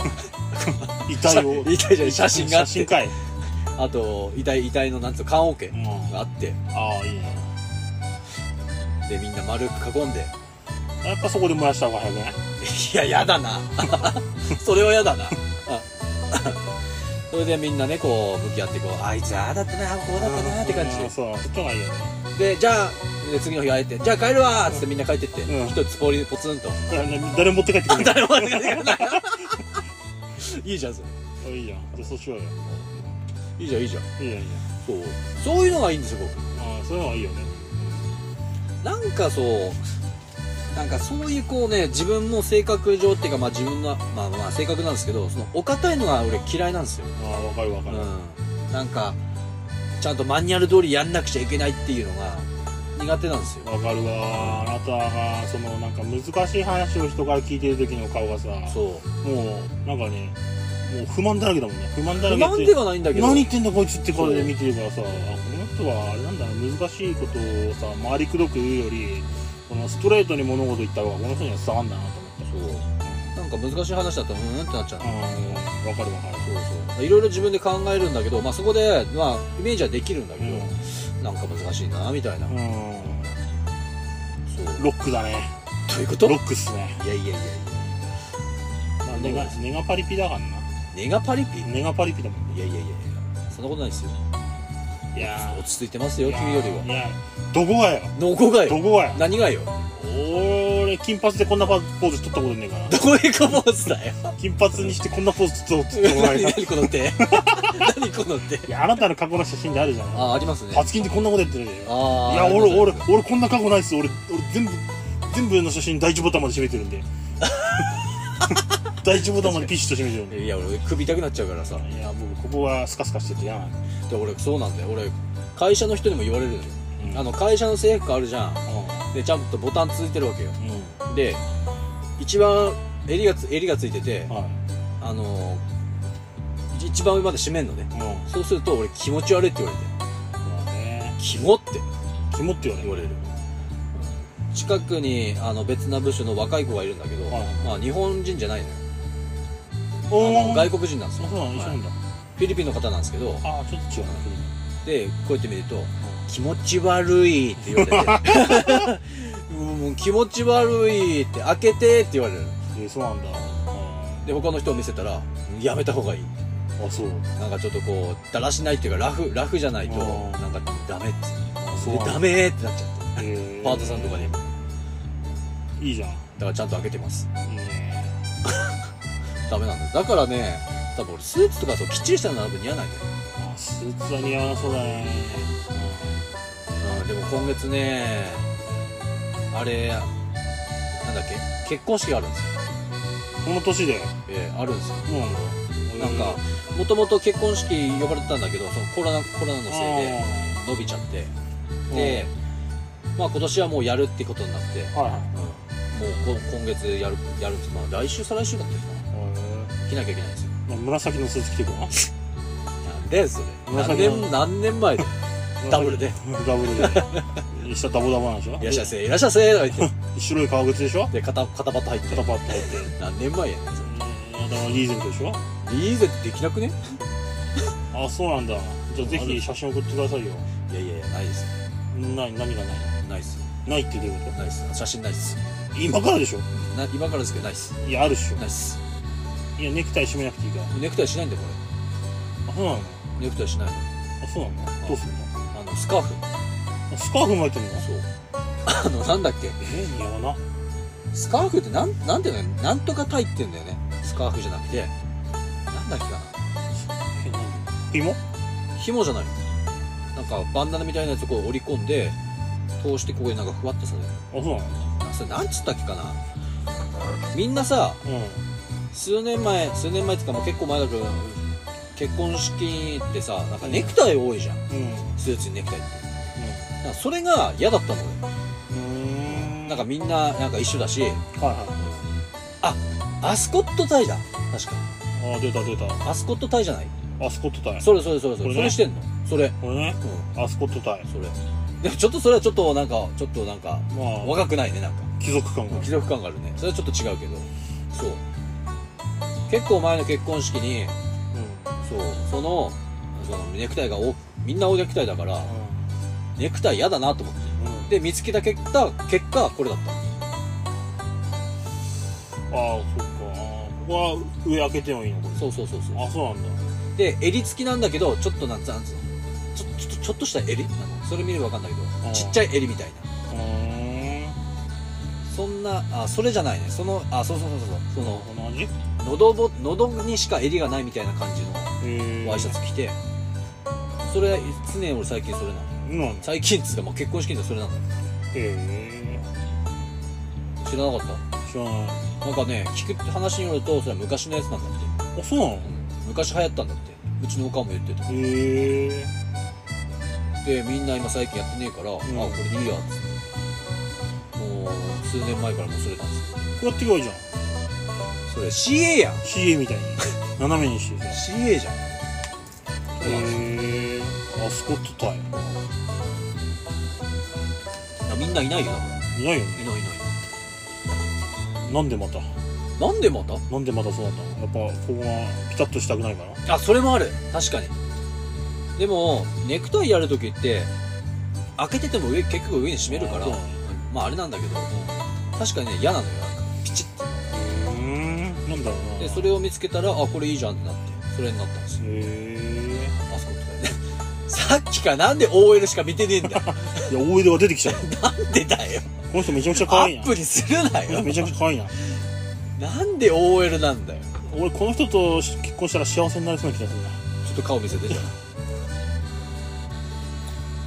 S1: う遺 体を
S2: 遺体じゃない写真があ
S1: 写
S2: って
S1: 真かい、
S2: あと遺体遺体のなんつうの棺桶
S1: うん、
S2: があ
S1: あ
S2: って
S1: あいいね
S2: でみんな丸く囲んで
S1: やっぱそこで燃やした方が早くない
S2: いややだな それはやだなあそれでみんなねこう向き合ってこうあいつああだったなこうだったなって感じ
S1: うんそうそっちの方がいいよね
S2: ででじゃあで次の日会えてじゃあ帰るわーっつってみんな帰ってって
S1: うん
S2: 一つ氷でポツンと
S1: いやね誰も持って帰ってくれない
S2: 誰も間違えてない いいじゃんそれ
S1: あいいじゃんじゃあそうしようよ
S2: いいじゃんいいじゃん
S1: いいじゃんいいじ
S2: そうそういうのがいいんですよ僕
S1: ゃんああそういうのがいいよね
S2: なんかそうなんかそういうこうね自分も性格上っていうかまあ自分のまあまあ性格なんですけどそのお堅いのが俺嫌いなんですよ、
S1: ああわかるわかる、
S2: うん、なんかちゃんとマニュアル通りやんなくちゃいけないっていうのが苦手なんですよ
S1: わかるわあなたがそのなんか難しい話を人から聞いてる時の顔がさも
S2: そう
S1: うなんかねもう不満だらけだもんね不満だら
S2: 不
S1: け
S2: 満ではないんだけど
S1: 何言ってんだこいつって顔で見てるからさあこの人はあれなんだ難しいことをさ回りくどく言うよりこのストレートに物事言った方がこの人には伝わんだなと思っ
S2: そうなんか難しい話だったらうんうんってなっちゃう
S1: うんわかるわかる
S2: そうそういろいろ自分で考えるんだけど、まあ、そこで、まあ、イメージはできるんだけど、
S1: う
S2: なんか難しいなみたいな、
S1: ん、
S2: そう
S1: ロックだね
S2: どういうこと
S1: ロックっすね、
S2: いやいやいやいや
S1: まあ、ネガネガパリピだからな
S2: ネガパリピい
S1: ネガパリピだもん
S2: やいやいやいやそんなことないですよ
S1: いや
S2: 落ち着いてます
S1: ー
S2: よ君より
S1: い
S2: は
S1: やどこがよ
S2: どこが
S1: ど
S2: よ
S1: こがよ
S2: 何がよ
S1: 俺金髪でこんなポーズ取ったことねえか
S2: どこへかポーズだよ
S1: ら金髪にしてこんなポーズ取ったことない
S2: 何
S1: から
S2: 何この手何この手
S1: いやあなたの過去の写真であるじゃん
S2: あありますね
S1: パツキンってこんなことやってるじゃんい
S2: ああ
S1: や俺俺俺こんな過去ないっす俺俺全部全部の写真第一ボタンまで閉めてる んで第一ボタンまでピシッと閉めてるんで
S2: いや俺首痛くなっちゃうからさ
S1: いや僕ここはスカスカしてて嫌なの
S2: で俺そうなんだよ俺会社の人にも言われるのよ
S1: うん
S2: あの会社の制服あるじゃん
S1: う
S2: でちゃんとボタンついてるわけよ
S1: んうん
S2: で一番襟がつ襟がついてて
S1: は
S2: あのーい一番上まで締めんのね
S1: いうん
S2: そうすると俺気持ち悪いって言われて
S1: まあね
S2: 「キモ」って
S1: キモって言われ
S2: 言わ
S1: る
S2: れる近くにあの別な部署の若い子がいるんだけど、
S1: はい
S2: まあ日本人じゃないのよ
S1: お
S2: あの
S1: お
S2: 外国人なんですよ
S1: そうなの一緒
S2: は
S1: ないんだ
S2: フィリピンの方なんですけど
S1: ああちょっと違うな
S2: でこうやって見ると「気持ち悪い」って言われ てもうもう気持ち悪い」って「開けて」って言われる
S1: えーそうなんだあ
S2: で他の人を見せたら「やめた方がいい」
S1: ーあそう
S2: なんかちょっとこうだらしないっていうかラフラフじゃないと
S1: うん
S2: なんかダメっつって
S1: あそう
S2: で
S1: なんだ
S2: ダメってなっちゃって
S1: え
S2: パートさんとかにだか
S1: いいじゃんい
S2: らちゃんと開けてます
S1: いね
S2: ダメなんだだからね多分俺スーツとかそうきっちりしたの並ぶ似合わないんだよ
S1: あスーツは似合わなそうだね
S2: うんでも今月ねあれなんだっけ結婚式があるんですよ
S1: この年で
S2: ええあるんですよ
S1: そうなんだ
S2: なんかもともと結婚式呼ばれてたんだけどそのコロナコロナの
S1: あ
S2: せいで伸びちゃってでまあ今年はもうやるってことになって
S1: ーはいはい
S2: もうこ今月やるやるんです、まあ、来週再来週だったかな着なきゃいけないんですよ
S1: まあ紫のスーツ着てくな
S2: なんでそれ何
S1: 紫の
S2: 年何年前で ダブルで
S1: ダブルで下ダボダボなんでしょ
S2: いらっしゃいませいらっしゃいませとか言っ
S1: 白い革靴でしょ
S2: てで肩肩パッと入って
S1: 肩パッと入って
S2: 何年前やねんそ
S1: うんだからリーゼントでしょ
S2: れリーゼントできなくね
S1: あそうなんだじゃあぜひ写真送ってくださいよ
S2: いやいやいやないです
S1: ない何がない
S2: ないです
S1: ないってどういうこ
S2: ないです写真ないです
S1: と今からでしょ
S2: な今からですけどないです
S1: いやあるっし
S2: ないです
S1: ょいやネクタイ締めなくていいから
S2: ネクタイしないんだよこ
S1: あそうなの
S2: れネクタイしないの
S1: あそうなのどうすんの
S2: あのスカーフ
S1: あスカーフ巻いてんの
S2: そうあのなんだっけ
S1: え似合わな
S2: スカーフってなんなんていうのなんとかタイって言うんだよねスカーフじゃなくてなんだっけかな
S1: え何紐
S2: 紐じゃないなんかバンダナみたいなやつをこう折り込んで通してここになんかふわってさ
S1: あそうなの
S2: それなんつったっけかなみんなさ
S1: うん
S2: 数年前数年前っていうかまあ結構前だけど結婚式ってさなんかネクタイ多いじゃん
S1: うん
S2: スーツにネクタイってなんかそれが嫌だったのよ
S1: うん
S2: なんかみんななんか一緒だし
S1: は
S2: アスコットタイだ確か
S1: いはいあ出た出た
S2: アスコットタイじゃない
S1: アスコットタイ
S2: それそれそれそ
S1: これ
S2: れそ
S1: ね
S2: れしてんのそれ
S1: これね
S2: う
S1: アスコットタイ
S2: んそれでもちょっとそれはちょっとなんかちょっとなんか
S1: まあ
S2: 若くないねなんか
S1: 貴族感が
S2: 貴族感があるねそれはちょっと違うけどそう結構前の結婚式に
S1: う
S2: そうそのそのネクタイが多くみんなネクタイだからネクタイ嫌だなと思って
S1: んうん
S2: で見つけた結果結果これだった
S1: ああそっかあーここは上開けてもいいのこ
S2: そうそうそう
S1: れ
S2: そ
S1: あそうなんだ
S2: うで襟付きなんだけどちょっとなんつなんつうのちょちょっとちょっとした襟なのそれ見れば分かんないけ
S1: う
S2: ど
S1: ん
S2: ちっちゃい襟みたいな
S1: うーん
S2: そんなあそれじゃないねそのあそうそうそうそうその
S1: この味へ
S2: 喉ぼ喉にしか襟がないみたいな感じの
S1: え
S2: ワイシャツ着てそれ常に俺最近それなの
S1: うんへ
S2: 最近っつうかもう結婚式でそれなの
S1: え
S2: 知らなかっ
S1: 知らない
S2: たなんかね聞く話によるとそれは昔のやつなんだって、
S1: あそうなの
S2: うん、昔流行ったんだってうちのおかんも言ってた
S1: へえ
S2: でみんな今最近やってねえから、あこれでいいやっつってもう数年前からもうそれなんですよ
S1: こうやっていけばいいじゃん
S2: それ CA やん
S1: CA みたいに斜めにしてさ
S2: CA じゃんそうなんですよ
S1: へえアスコットタイ
S2: あみんないないよだから
S1: いな
S2: い
S1: いよね
S2: ないいない
S1: なんでまた
S2: なんでまた
S1: なんでまたそうなったのやっぱここがピタッとしたくないから
S2: あそれもある確かにでもネクタイやるときって開けてても上結局上に締めるから
S1: そうだね
S2: まああれなんだけど確かにね嫌なのよピチッ
S1: うーんなんだろうな
S2: てでそれを見つけたらあこれいいじゃんってなってそれになったんですよ
S1: へ
S2: あそこみたいねさっきからなんで OL しか見てねえんだよ
S1: えいや大江戸が出てきちゃう
S2: なんでだよ
S1: この人めちゃくちゃ可
S2: ア
S1: 愛いな
S2: ップにするな
S1: この人
S2: よ
S1: めちゃくちゃ可愛いな
S2: なんで OL なんだよ
S1: 俺この人と結婚したら幸せになりそうな気がするな
S2: ちょっと顔見せてじゃあ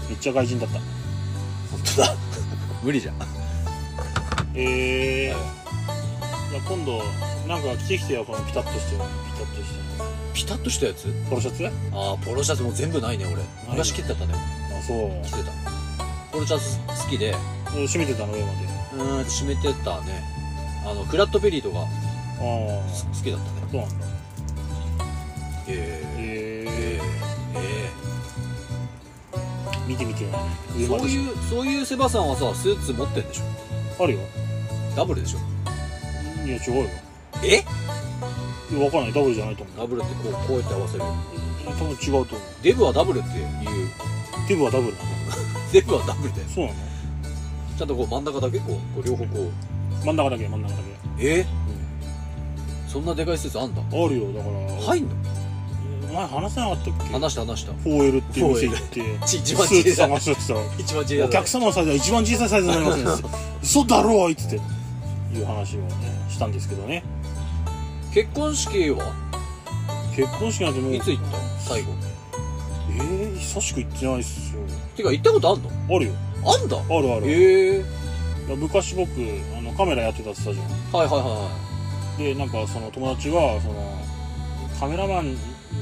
S1: めっちゃ外人だった
S2: 本当だ無理じゃん
S1: ええ
S2: はい
S1: じゃあ今度なんか着てきてよこのピタッとしてピタッとして
S2: ピタッとしたやつ
S1: ポロシャツ
S2: ああポロシャツも全部ないね俺昔切ってたね
S1: あそう
S2: 着てたポロシャツ好きで
S1: 俺閉めてたの上まで
S2: うーん締めてたねあのフラットベリーとか
S1: ああ
S2: す好きだったね
S1: そうなんだ
S2: ええ
S1: え
S2: え
S1: え見て見て
S2: え
S1: 上ま
S2: そう
S1: で
S2: いうそういうセバさんはさスーツ持ってんでしょ
S1: あるよ
S2: ダブルでしょ
S1: いや違うよ
S2: え
S1: いやわかんないダブルじゃないと思う
S2: ダブルってこうこうやって合わせる
S1: 多分違うと思う
S2: デブはダブルっていう
S1: デブはダブルなの
S2: デブはダブルだよ
S1: そうなの
S2: ちゃんとこう真ん中だけこうこう両方こう
S1: 真ん中だけ真ん中だ
S2: えそんなでかいスーツあんだ
S1: けあるよだから
S2: 入んの
S1: 前話せなかったっけ
S2: 話した話した
S1: 4L っていう店行って
S2: ち一
S1: ス
S2: 番
S1: ー
S2: 小
S1: ツ
S2: さい
S1: 探してってたら
S2: 一番小さい
S1: お客様のサイズは一番小さいサイズになりますね嘘だろういっつっていう話をねしたんですけどね
S2: 結婚式は
S1: 結婚式なんてもう
S2: いつ行った最後
S1: えー、久しく行ってないっすよ
S2: てか行ったことあんの
S1: あるよ
S2: あんだ
S1: あるある、
S2: ええ
S1: 昔僕あのカメラやってたって言ったじ
S2: はいはいはいは
S1: ゃんでなんかその友達がそのカメラマン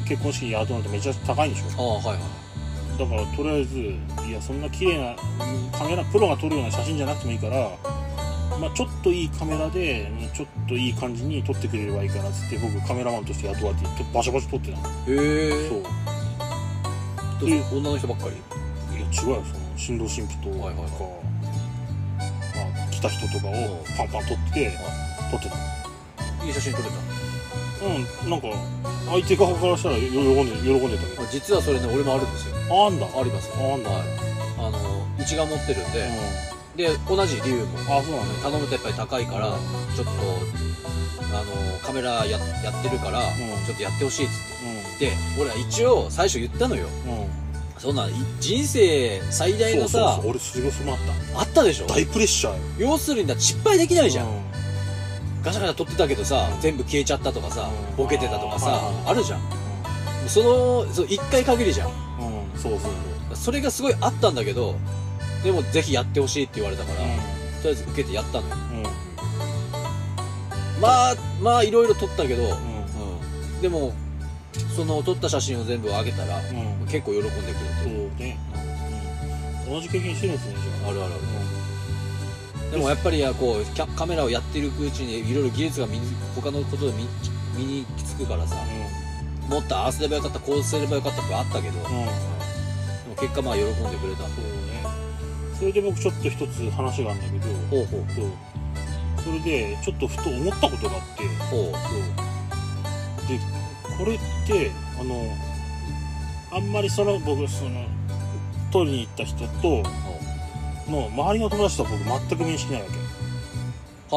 S1: 結婚式やるとなんてめちゃ高いんでしょ
S2: いああはいはい
S1: だからとりあえずいやそんな綺麗なカメラプロが撮るような写真じゃなくてもいいから、まあ、ちょっといいカメラでちょっといい感じに撮ってくれればいいかなっつって僕カメラマンとして雇われてバシャバシャ撮ってたの
S2: へえ
S1: そう
S2: どう
S1: え
S2: 女の人ばっかり
S1: いや違うよその新郎新婦と
S2: はいはい
S1: なんか、まあ、来た人とかをパンパン撮って撮ってた
S2: いい写真撮れ
S1: うんなんか相手側からしたら喜んで喜んでたけ
S2: たあ実はそれね俺もあるんですよ
S1: どあんだ
S2: あります
S1: あんだ、
S2: はいあの一眼持ってるんで、
S1: う
S2: で同じ理由も
S1: んあそうなんだ
S2: 頼むとやっぱり高いからちょっとあのカメラややってるから、
S1: ん
S2: ちょっとやってほしいっつってで俺は一応最初言ったのよ
S1: うんうん
S2: そんない人生最大
S1: そ
S2: の
S1: う
S2: さ
S1: そうそう俺卒業するもあった
S2: あったでしょ
S1: 大プレッシャーよ
S2: 要するにだ失敗できないじゃん、
S1: う
S2: ガシャガシャ撮ってたけどさ全部消えちゃったとかさ
S1: うん
S2: ボケてたとかさ
S1: あー
S2: あるじゃんそのその1回限りじゃん
S1: うん、うん、そうそうそう、
S2: それがすごいあったんだけどでもぜひやってほしいって言われたから、と
S1: う
S2: りあえず受けてやったのよ
S1: んうん
S2: まあまあいろいろ撮ったけど、
S1: う
S2: うんでもその撮った写真を全部上げたら、
S1: んうん
S2: 結構喜んでくれ
S1: そう
S2: て
S1: ね、うん、同じ経験してるんですねじゃ
S2: あるあるあ
S1: あ
S2: るでもやっぱりこうキャカメラをやってるうちにいろいろ技術が身に他のことで身に身につくからさもっとああすればよかったこうすればよかったってあったけど、
S1: うん、うんう
S2: で
S1: ん
S2: も結果まあ喜んでくれた
S1: そうねそれで僕ちょっと一つ話があるんだけ
S2: ほ
S1: ど
S2: うほう
S1: そうそれでちょっとふと思ったことがあって
S2: ほ
S1: そうでこれってあのあんまりその僕その取りに行った人との周りの友達とは僕全く面識ないわけ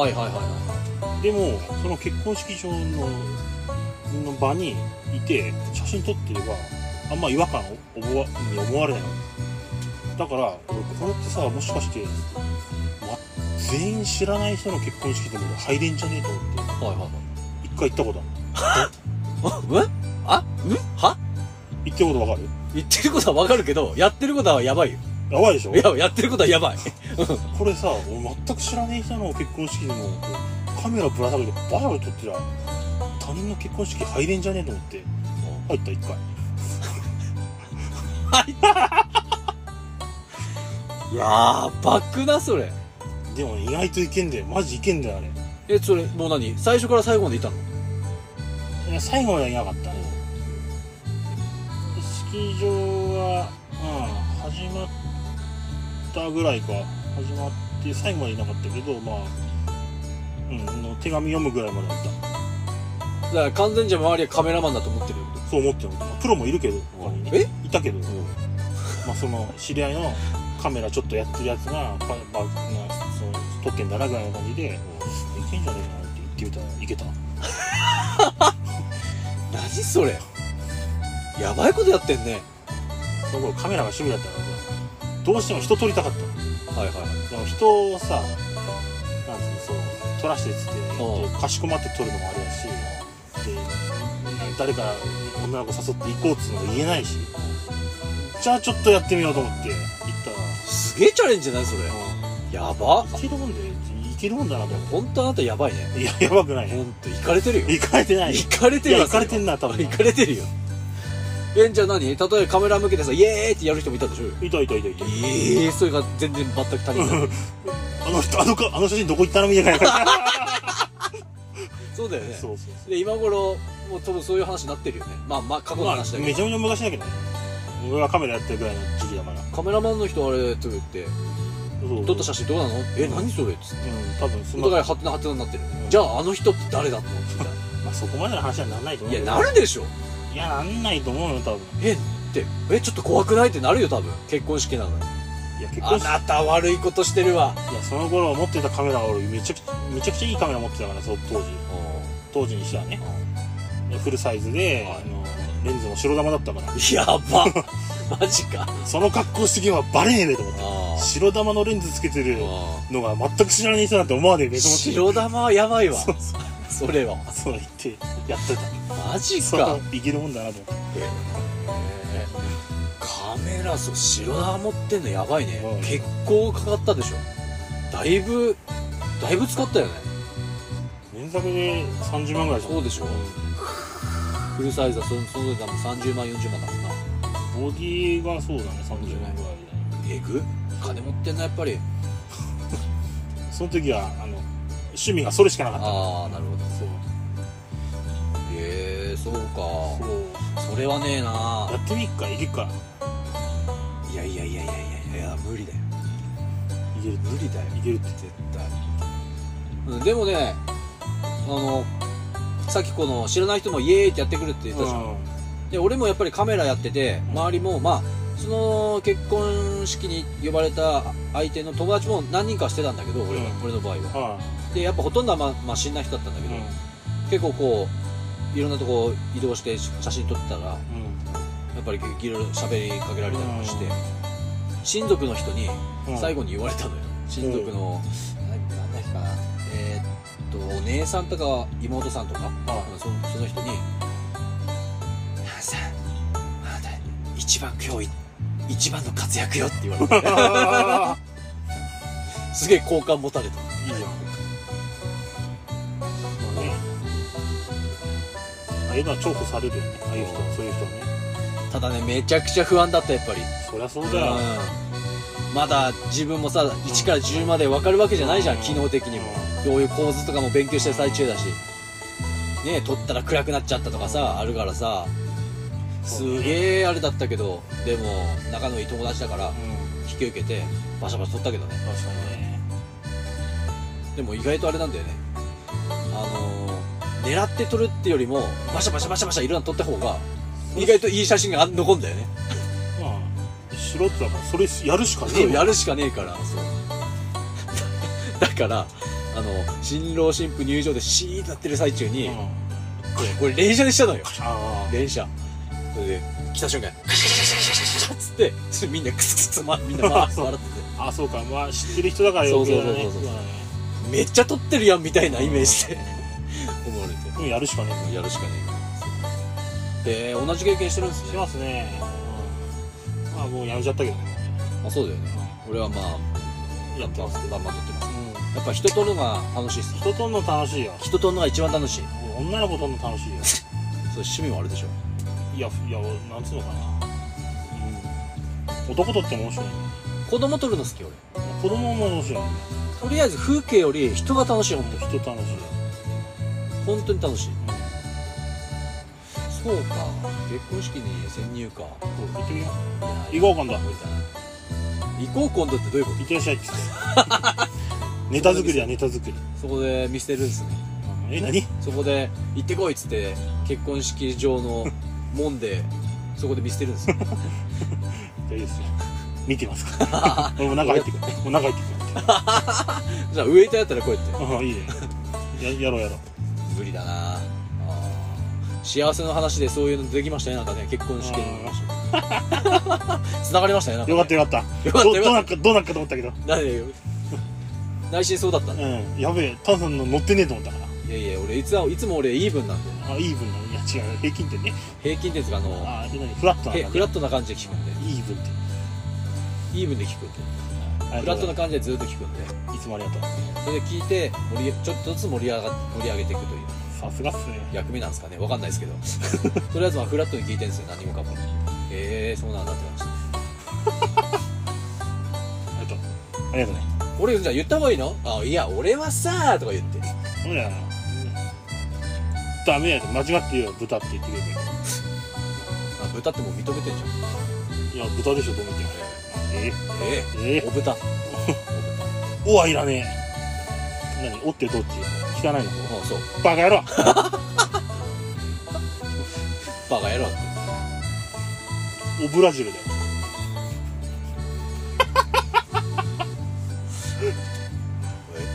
S2: うはいはいはいは
S1: でもその結婚式場のの場にいて写真撮ってればあんま違和感を思わに思われないだから俺これってさもしかして、ま、全員知らない人の結婚式でも俺入れんじゃねえと思って
S2: いはいはい
S1: 一回行ったことある
S2: あうんあうんは
S1: 行ってることわかる
S2: 言ってることはわかるけどやってることはやばいよ
S1: やばいでしょ
S2: いややってることはや ばい
S1: これさ俺全く知らねえ人の結婚式でもこうカメラぶら下げてバラバラ撮ってりゃ他人の結婚式入れんじゃねえと思って入った一回
S2: やばくなそれ
S1: でも意外といけんだよマジいけんだよあれ
S2: えそれもう何最初から最後までいたの
S1: いや最後まではいなかったねスキー場は、うん、始まったぐらいか始まって最後までいなかったけどまあうん、の手紙読むぐらいまであった
S2: だから完全じゃ周りはカメラマンだと思ってるよ
S1: そう思ってる、まあプロもいるけど他にね
S2: え
S1: いたけど、まあ、その知り合いのカメラちょっとやってるやつがパパ、まあ、そう撮ってんだなぐらいの感じで「いけんじゃねえかな」って言ってみたらいけた
S2: 何それやばいことやってんね
S1: その頃カメラが趣味だったからさどうしても人撮りたかったの
S2: はいはい
S1: でも人をさなんつうのそう撮らせてっつって、
S2: う
S1: かしこまって撮るのもあれだしで誰か女の子誘って行こうっつうのも言えないしじゃあちょっとやってみようと思って行った
S2: すげえチャレンジじゃないそれ
S1: ら、
S2: やば
S1: いけるもんでいけるもんだなと思っ
S2: 本当あなたやばいね
S1: ていややばくない
S2: ほんといかれてるよ
S1: 行かれてない
S2: いかれてる
S1: いや
S2: よ
S1: 行かれてんな多分
S2: いかれてるよえじゃあ何例えばカメラ向けてさイエーイってやる人もいたでしょ
S1: いたいたいたいた
S2: ええー、それが全然全く足りない
S1: あの人あの子あの写真どこ行ったのみたいな
S2: そうだよね
S1: そうそうそ
S2: で今頃もう多分そういう話になってるよねまあまあ過去
S1: う
S2: の
S1: まあ
S2: 話だけ
S1: め
S2: ど、
S1: ちゃめちゃ昔だけどね俺がカメラやってるぐらいの時期だから
S2: カメラマンの人あれと言って
S1: そう
S2: 撮った写真どうなのえ何それっつって
S1: うん多分そ
S2: お
S1: んな
S2: 互いハテナハテナになってる、
S1: うん
S2: じゃああの人って誰だったのみたい
S1: まあ、そこまでの話はならないと思う
S2: ない
S1: けど
S2: やなるでしょ
S1: いやなんないと思うよ多分
S2: えってえちょっと怖くないってなるよ多分結婚式なのに
S1: いや結
S2: あ
S1: 構
S2: なた悪いことしてるわ
S1: いやその頃持ってたカメラが俺めちゃくちゃめちゃくちゃいいカメラ持ってたからその当時当時にしてはねでフルサイズで、
S2: はい
S1: あのレンズも白玉だったから
S2: やば マジか
S1: その格好してけばバレねえでと思って
S2: あ
S1: 白玉のレンズつけてる
S2: あ
S1: のが全く知らない人なんて思わねえめちゃめちゃ
S2: 白玉はやばいわ
S1: そうそう
S2: それは
S1: そう言ってやってた
S2: マジ
S1: そ
S2: か
S1: ういけるもんだなと思っ
S2: えーカメラそう白玉持ってんのやばいね、
S1: うん
S2: 結構かかったでしょだいぶだいぶ使ったよね
S1: て連作で30万ぐらいした
S2: そうでしょフルサイズはそのその時多分30万40万だもんな
S1: ボディがそうだね30万ぐらいだね
S2: えぐ金持ってんなやっぱり
S1: その時はあの趣味がそれしかなかった
S2: ああなるほど
S1: そう
S2: えー、そうか
S1: そ
S2: それはねえな
S1: うやってみっかいけっか
S2: いやいやいやいやいやいや無理だよ
S1: いける
S2: 無理だよ
S1: いけるって
S2: 絶対、うん、でもねあのさっきこの知らない人もイエーイってやってくるって言ったじゃん、で俺もやっぱりカメラやってて
S1: うん
S2: 周りもまあその結婚式に呼ばれた相手の友達も何人かしてたんだけど俺,、
S1: うん
S2: 俺の場合は
S1: は
S2: でやっぱほとんどは、まあまあ、知んない人だったんだ
S1: い
S2: け
S1: う
S2: ど、
S1: ん
S2: 結構こういろんなとこ移動して写真撮ってたらやっぱりいろいろ喋りかけられたりもして、
S1: うん
S2: 親族の人に
S1: うん
S2: 最後に言われたのよ、親族の、なんなんだっけかなえーっとお姉さんとか妹さんとか、
S1: い
S2: そその人に「母さんあなた一番今日い一番の活躍よ」って言われて
S1: あ
S2: すげえ好感持たれた
S1: ーいいじゃんまあねああいうのは重宝されるよねああいう人はそういう人はね
S2: ただねめちゃくちゃ不安だったやっぱり
S1: そりゃそうだよ
S2: うんまだ自分もさ1から10まで分かるわけじゃないじゃん
S1: うん
S2: 機能的にもどういう構図とかも勉強してる最中だしねえ撮ったら暗くなっちゃったとかさあるからさすげえあれだったけどでも仲のいい友達だから
S1: うん
S2: 引き受けてバシャバシャ撮ったけどね
S1: 確かにね
S2: でも意外とあれなんだよねあのー狙って撮るってよりもバシャバシャバシャバシャいろんな撮った方が意外といい写真があ残るんだよね
S1: まあ素人だからそれやるしかねえ
S2: そう
S1: もん
S2: やるしかねえからそう だからあの新郎新婦入場でシーッとなってる最中に、
S1: うん
S2: これこれ連写でしたのよ
S1: あ
S2: 連写それで来た瞬間カシャカシャカシャカシャカシャカシャっつってそれみんなクスクスまみんな回って笑ってて
S1: ーあ そうかまあ知ってる人だから余計だね
S2: そうそうそうそう
S1: まあね
S2: めっちゃ撮ってるやんみたいなイメージで思われて
S1: うんやるしかねえもん
S2: やるしかねえからで同じ経験してるんです
S1: して
S2: ね
S1: ますね、まあもうやめちゃったけどね、
S2: あそうだよね俺はまあや
S1: やっ
S2: ってぱ
S1: ますけど、
S2: バンバン撮ってます
S1: う
S2: やっぱ人撮るのが楽しいです
S1: ん、人とんの楽しいよ
S2: 人撮るのが一番楽しい
S1: 女の子とんの楽 しいよ
S2: そう趣味もあるでしょ
S1: いやいやなんつうのかな、うん、男とっても面白いね
S2: 子供撮るの好き俺
S1: 子供も面白いね
S2: とりあえず風景より人が楽しい本
S1: 人楽しいよ、
S2: 当本当に楽しいそうか結婚式に潜入か
S1: うん、行ってみよう
S2: い
S1: 行こう今度行
S2: や行こう今度ってどういうこ
S1: ってらっしゃいっつって
S2: と
S1: ネタ作りはネタ作り、
S2: そこで見捨てるんですね
S1: うんえ何
S2: そこで行ってこいっつって結婚式場の門 でそこで見捨てるんですよ
S1: 大丈夫ですよ見てます か俺も中入ってくるもう中入って
S2: じゃあウエイターやったらこうやって
S1: くるうんいいねややろうやろう
S2: 無理だなあー幸せの話でそういうのできましたねなんかね結婚式の話繋がりましたねなんかね
S1: よかったよかった
S2: よかった
S1: ど
S2: よ
S1: どう
S2: か
S1: な
S2: っ
S1: んかどうなんかと思ったけど
S2: たなんでよ内心そうだったんだ
S1: うんやべえタンさんの乗ってねえと思ったか
S2: いやいや俺いつはいつも俺イーブンなんで
S1: らあイーブンなのいや違う平均点ね
S2: 平均点とかあの
S1: あで何フラットな
S2: へ
S1: 感
S2: フ
S1: じ
S2: ラットな感じで聞くんで
S1: イーブンって
S2: イーブンで聞くんで
S1: あり
S2: フ
S1: が
S2: ラッ
S1: と
S2: トな
S1: うござ
S2: い感じでずっと聞くんで
S1: ますいつもありがとう
S2: それで聞いて盛りちょっとずつ盛り上が盛り上げていくという
S1: さすがっすね
S2: 役目なんですかねわかんないですけど とりあえずまあフラットに聞いてるんですよ何もかもへえー、そうなんだって感じ
S1: ありがとうありがとうね
S2: 俺じゃあ言った方がいいのあいや俺はさーとか言って
S1: ほらダメやで間違って言うよ豚って言ってくれて
S2: あ豚ってもう認めてんじゃん
S1: いや豚でしょと思ってよえ
S2: え
S1: ええ
S2: えお豚お豚
S1: おはいらねえ何おってどっち汚いの
S2: うんそう
S1: バカ野郎
S2: バカ野郎って
S1: おブラジルだよ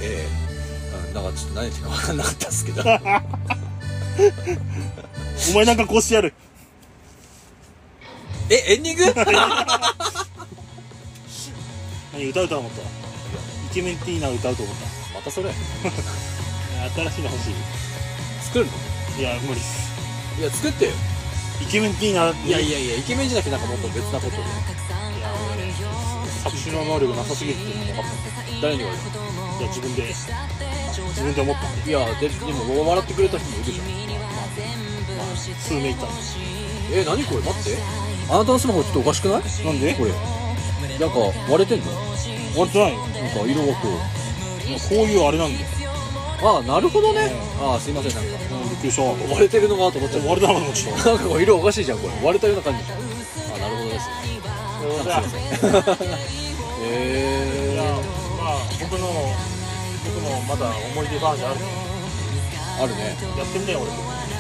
S2: ええうん、なんかちょっと何言ってるか分かんなかったっすけどあ
S1: お前なんかこうしてやる
S2: えエンディング
S1: 何歌うとは思ったイケメンっていいな歌うと思った
S2: またそれ
S1: いや新しいの欲し
S2: 作るの
S1: いいや無理っす
S2: いや作ってよ
S1: イケメンっていいない
S2: いやいやいやイケメンじゃなくてなんかもっと別なことで
S1: 作詞の能力なさすぎるっていうのも分かっ
S2: 誰に言われ
S1: たいや自分で自分で思ったんで
S2: たいやででも笑ってくれた人もいるじゃん
S1: 数名いたんです
S2: え何これ待ってあなたのスマホちょっとおかしくない
S1: なんで
S2: これなんか割れてんの
S1: 割れてないよ
S2: なんか色がこう
S1: こういうあれなんだよ
S2: ああなるほどねああすいませんなんか
S1: うんびっくりした割
S2: 割れてるのかと思っちゃっ
S1: れたのかと思って
S2: たなんかこう色おかしいじゃんこれ割れたような感じじゃんあなるほどです
S1: たい
S2: へ
S1: や
S2: え
S1: まあ僕の僕もまだ思い出バージョンある
S2: あるね
S1: やってみたよ俺も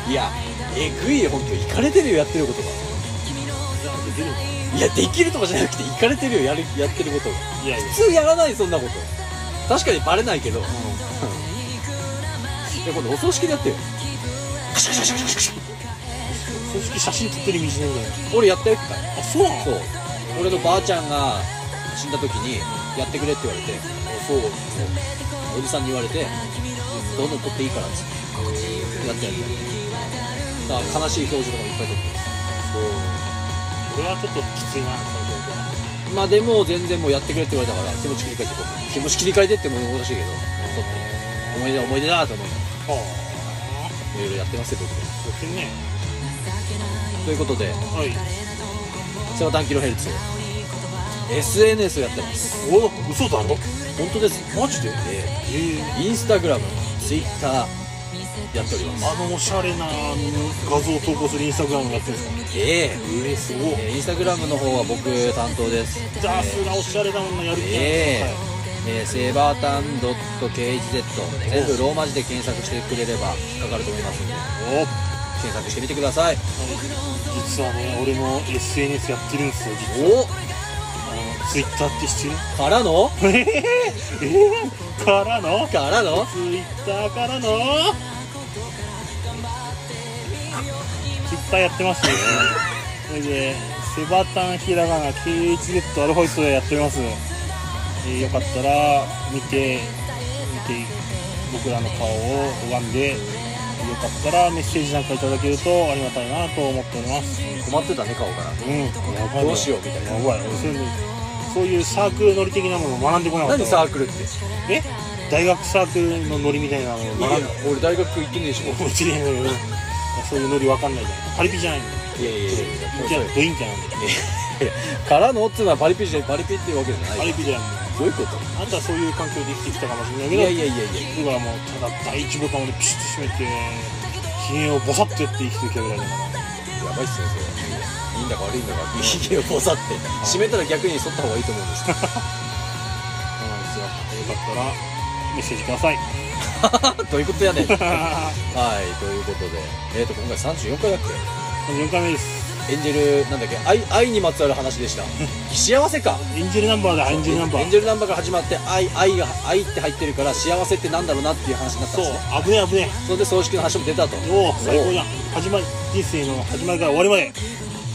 S2: いやえぐいよ本当いかれてるよやってることが
S1: いやできるよ
S2: いやできるとかじゃなくていかれてるよやるやってることが
S1: いやいや
S2: 普通やらないそんなこと確かにバレないけど、いや今度お葬式でやってよカシャカシャカシャカシャカシ
S1: 正直写真撮ってる意味しないんだよ
S2: ャ俺やったよって言っ
S1: あそうな
S2: た
S1: の
S2: そう俺のばあちゃんが死んだ時にやってくれって言われてそうおじさんに言われてどんどん撮っていいからっつってやってやるだから悲しい表情とかもいっぱい撮って
S1: 俺はちょっときついなそ
S2: ま
S1: の状況は
S2: あでも全然もうやってくれって言われたから気持ち切り替えてこう気持ち切り替えてってもおかしいけど撮って思い出だ思い出だと思いながら
S1: あ
S2: いろいろやってますよ僕も
S1: あやってんね
S2: ということで
S1: はい
S2: セバタンキロヘルツ SNS をやってます
S1: お嘘だろ
S2: 本当ですマジで、え
S1: ええ
S2: ーインスタグラムツイッターやっております
S1: あのおしゃれな画像を投稿するインスタグラムやってるんですか
S2: え
S1: ええすごい
S2: ーえーインスタグラムの方は僕担当です
S1: じゃあすらおしゃれだもんなやる気ない
S2: えー
S1: はい
S2: えーセバタン .khz 全部ローマ字で検索してくれれば引っかかると思いますんで
S1: お
S2: 検索してみてください
S1: 実はね俺も SNS やってるんですよ実
S2: お
S1: はあのツイッターって知ってる
S2: からの
S1: えー、えー、からの
S2: からの
S1: ツイッターからのツイッターやってますねそれでセバタンひらがな KHZ アルファベットでやってます、えーよかったら見て見て僕らの顔を拝んでよかったらメッセージなんかいただけるとありがたいなと思っております
S2: 困ってたね顔から
S1: うんやばい
S2: どうしようみたいな
S1: やばいそういうのそういうサークル乗り的なものを学んでこなかった
S2: 何サークルって
S1: え大学サークルのノリみたいなのを学ん
S2: いや
S1: だ
S2: 俺大学行ってねえし
S1: もう一年のそういうノリわかんないじゃんパリピじゃないんだよ
S2: いやいやいや
S1: ドイン
S2: い
S1: キャ
S2: や
S1: なドインキャなんだよ
S2: からのっつうのは パリピじゃパリピっていうわけじゃ
S1: パ
S2: ない
S1: リピじゃん
S2: どういうこ
S1: あんたはそういう環境で生きてきたかもしれない
S2: と
S1: け
S2: い
S1: ど
S2: やいやいやいや
S1: 僕はもうただ第一ボタンをピシッと閉めてひげをボサッとやって生きてきたぐらいだから
S2: やばいっすねそれいいんだか悪いんだか右手をこうさって締めたら逆に沿った方がいいと思うんですけど
S1: そうなんですよよかったらメッセージください
S2: どういうことやねんはい
S1: 34
S2: ということでえっ、と今回34回だっ
S1: 回目です
S2: けエンジェルなんだっけ愛愛にまつわる話でした幸せか
S1: エンジェルナンバーだエンジェルナンバ
S2: エン
S1: ー
S2: ジェルナンバーが始まって愛愛が愛って入ってるから幸せってなんだろうなっていう話になったん
S1: そ
S2: です
S1: う
S2: ね
S1: 危ねえ危ね
S2: それで葬式の話も出たと
S1: えおお最高じゃん始まり人生の始まりから終わりまで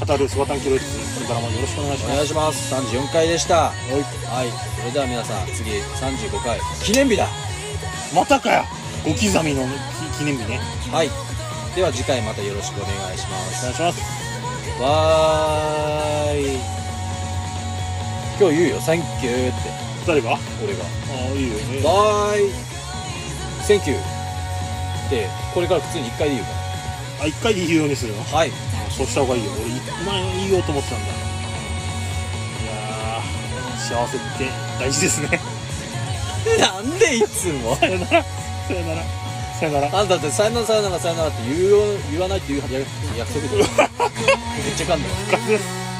S1: 語るスワタンキロイツこれからもよろしくお願いし
S2: お
S1: ます
S2: 願いします34回でしたはいそれでは皆さん次35回記念日だ
S1: またかよご刻みの記記念日ね
S2: はいでは次回またよろしくお願いしま
S1: お
S2: す
S1: 願いします
S2: わーい今日言うよ「サンキュー」って
S1: 誰があ
S2: 俺が
S1: あいいよ
S2: 「
S1: ね
S2: わーい」「センキュー」ってこれから普通に1回で言うか
S1: あ一回で言うようにするの
S2: らはい
S1: そうした方がいいよ俺前言おうと思ってたんだいやー幸せって大事ですね
S2: なんでいつも
S1: さよならさよならさよな ら
S2: あんただって「さよならさよならさよなら」って言うよ言わないっていう約束で めっちゃかんだよ
S1: 復活です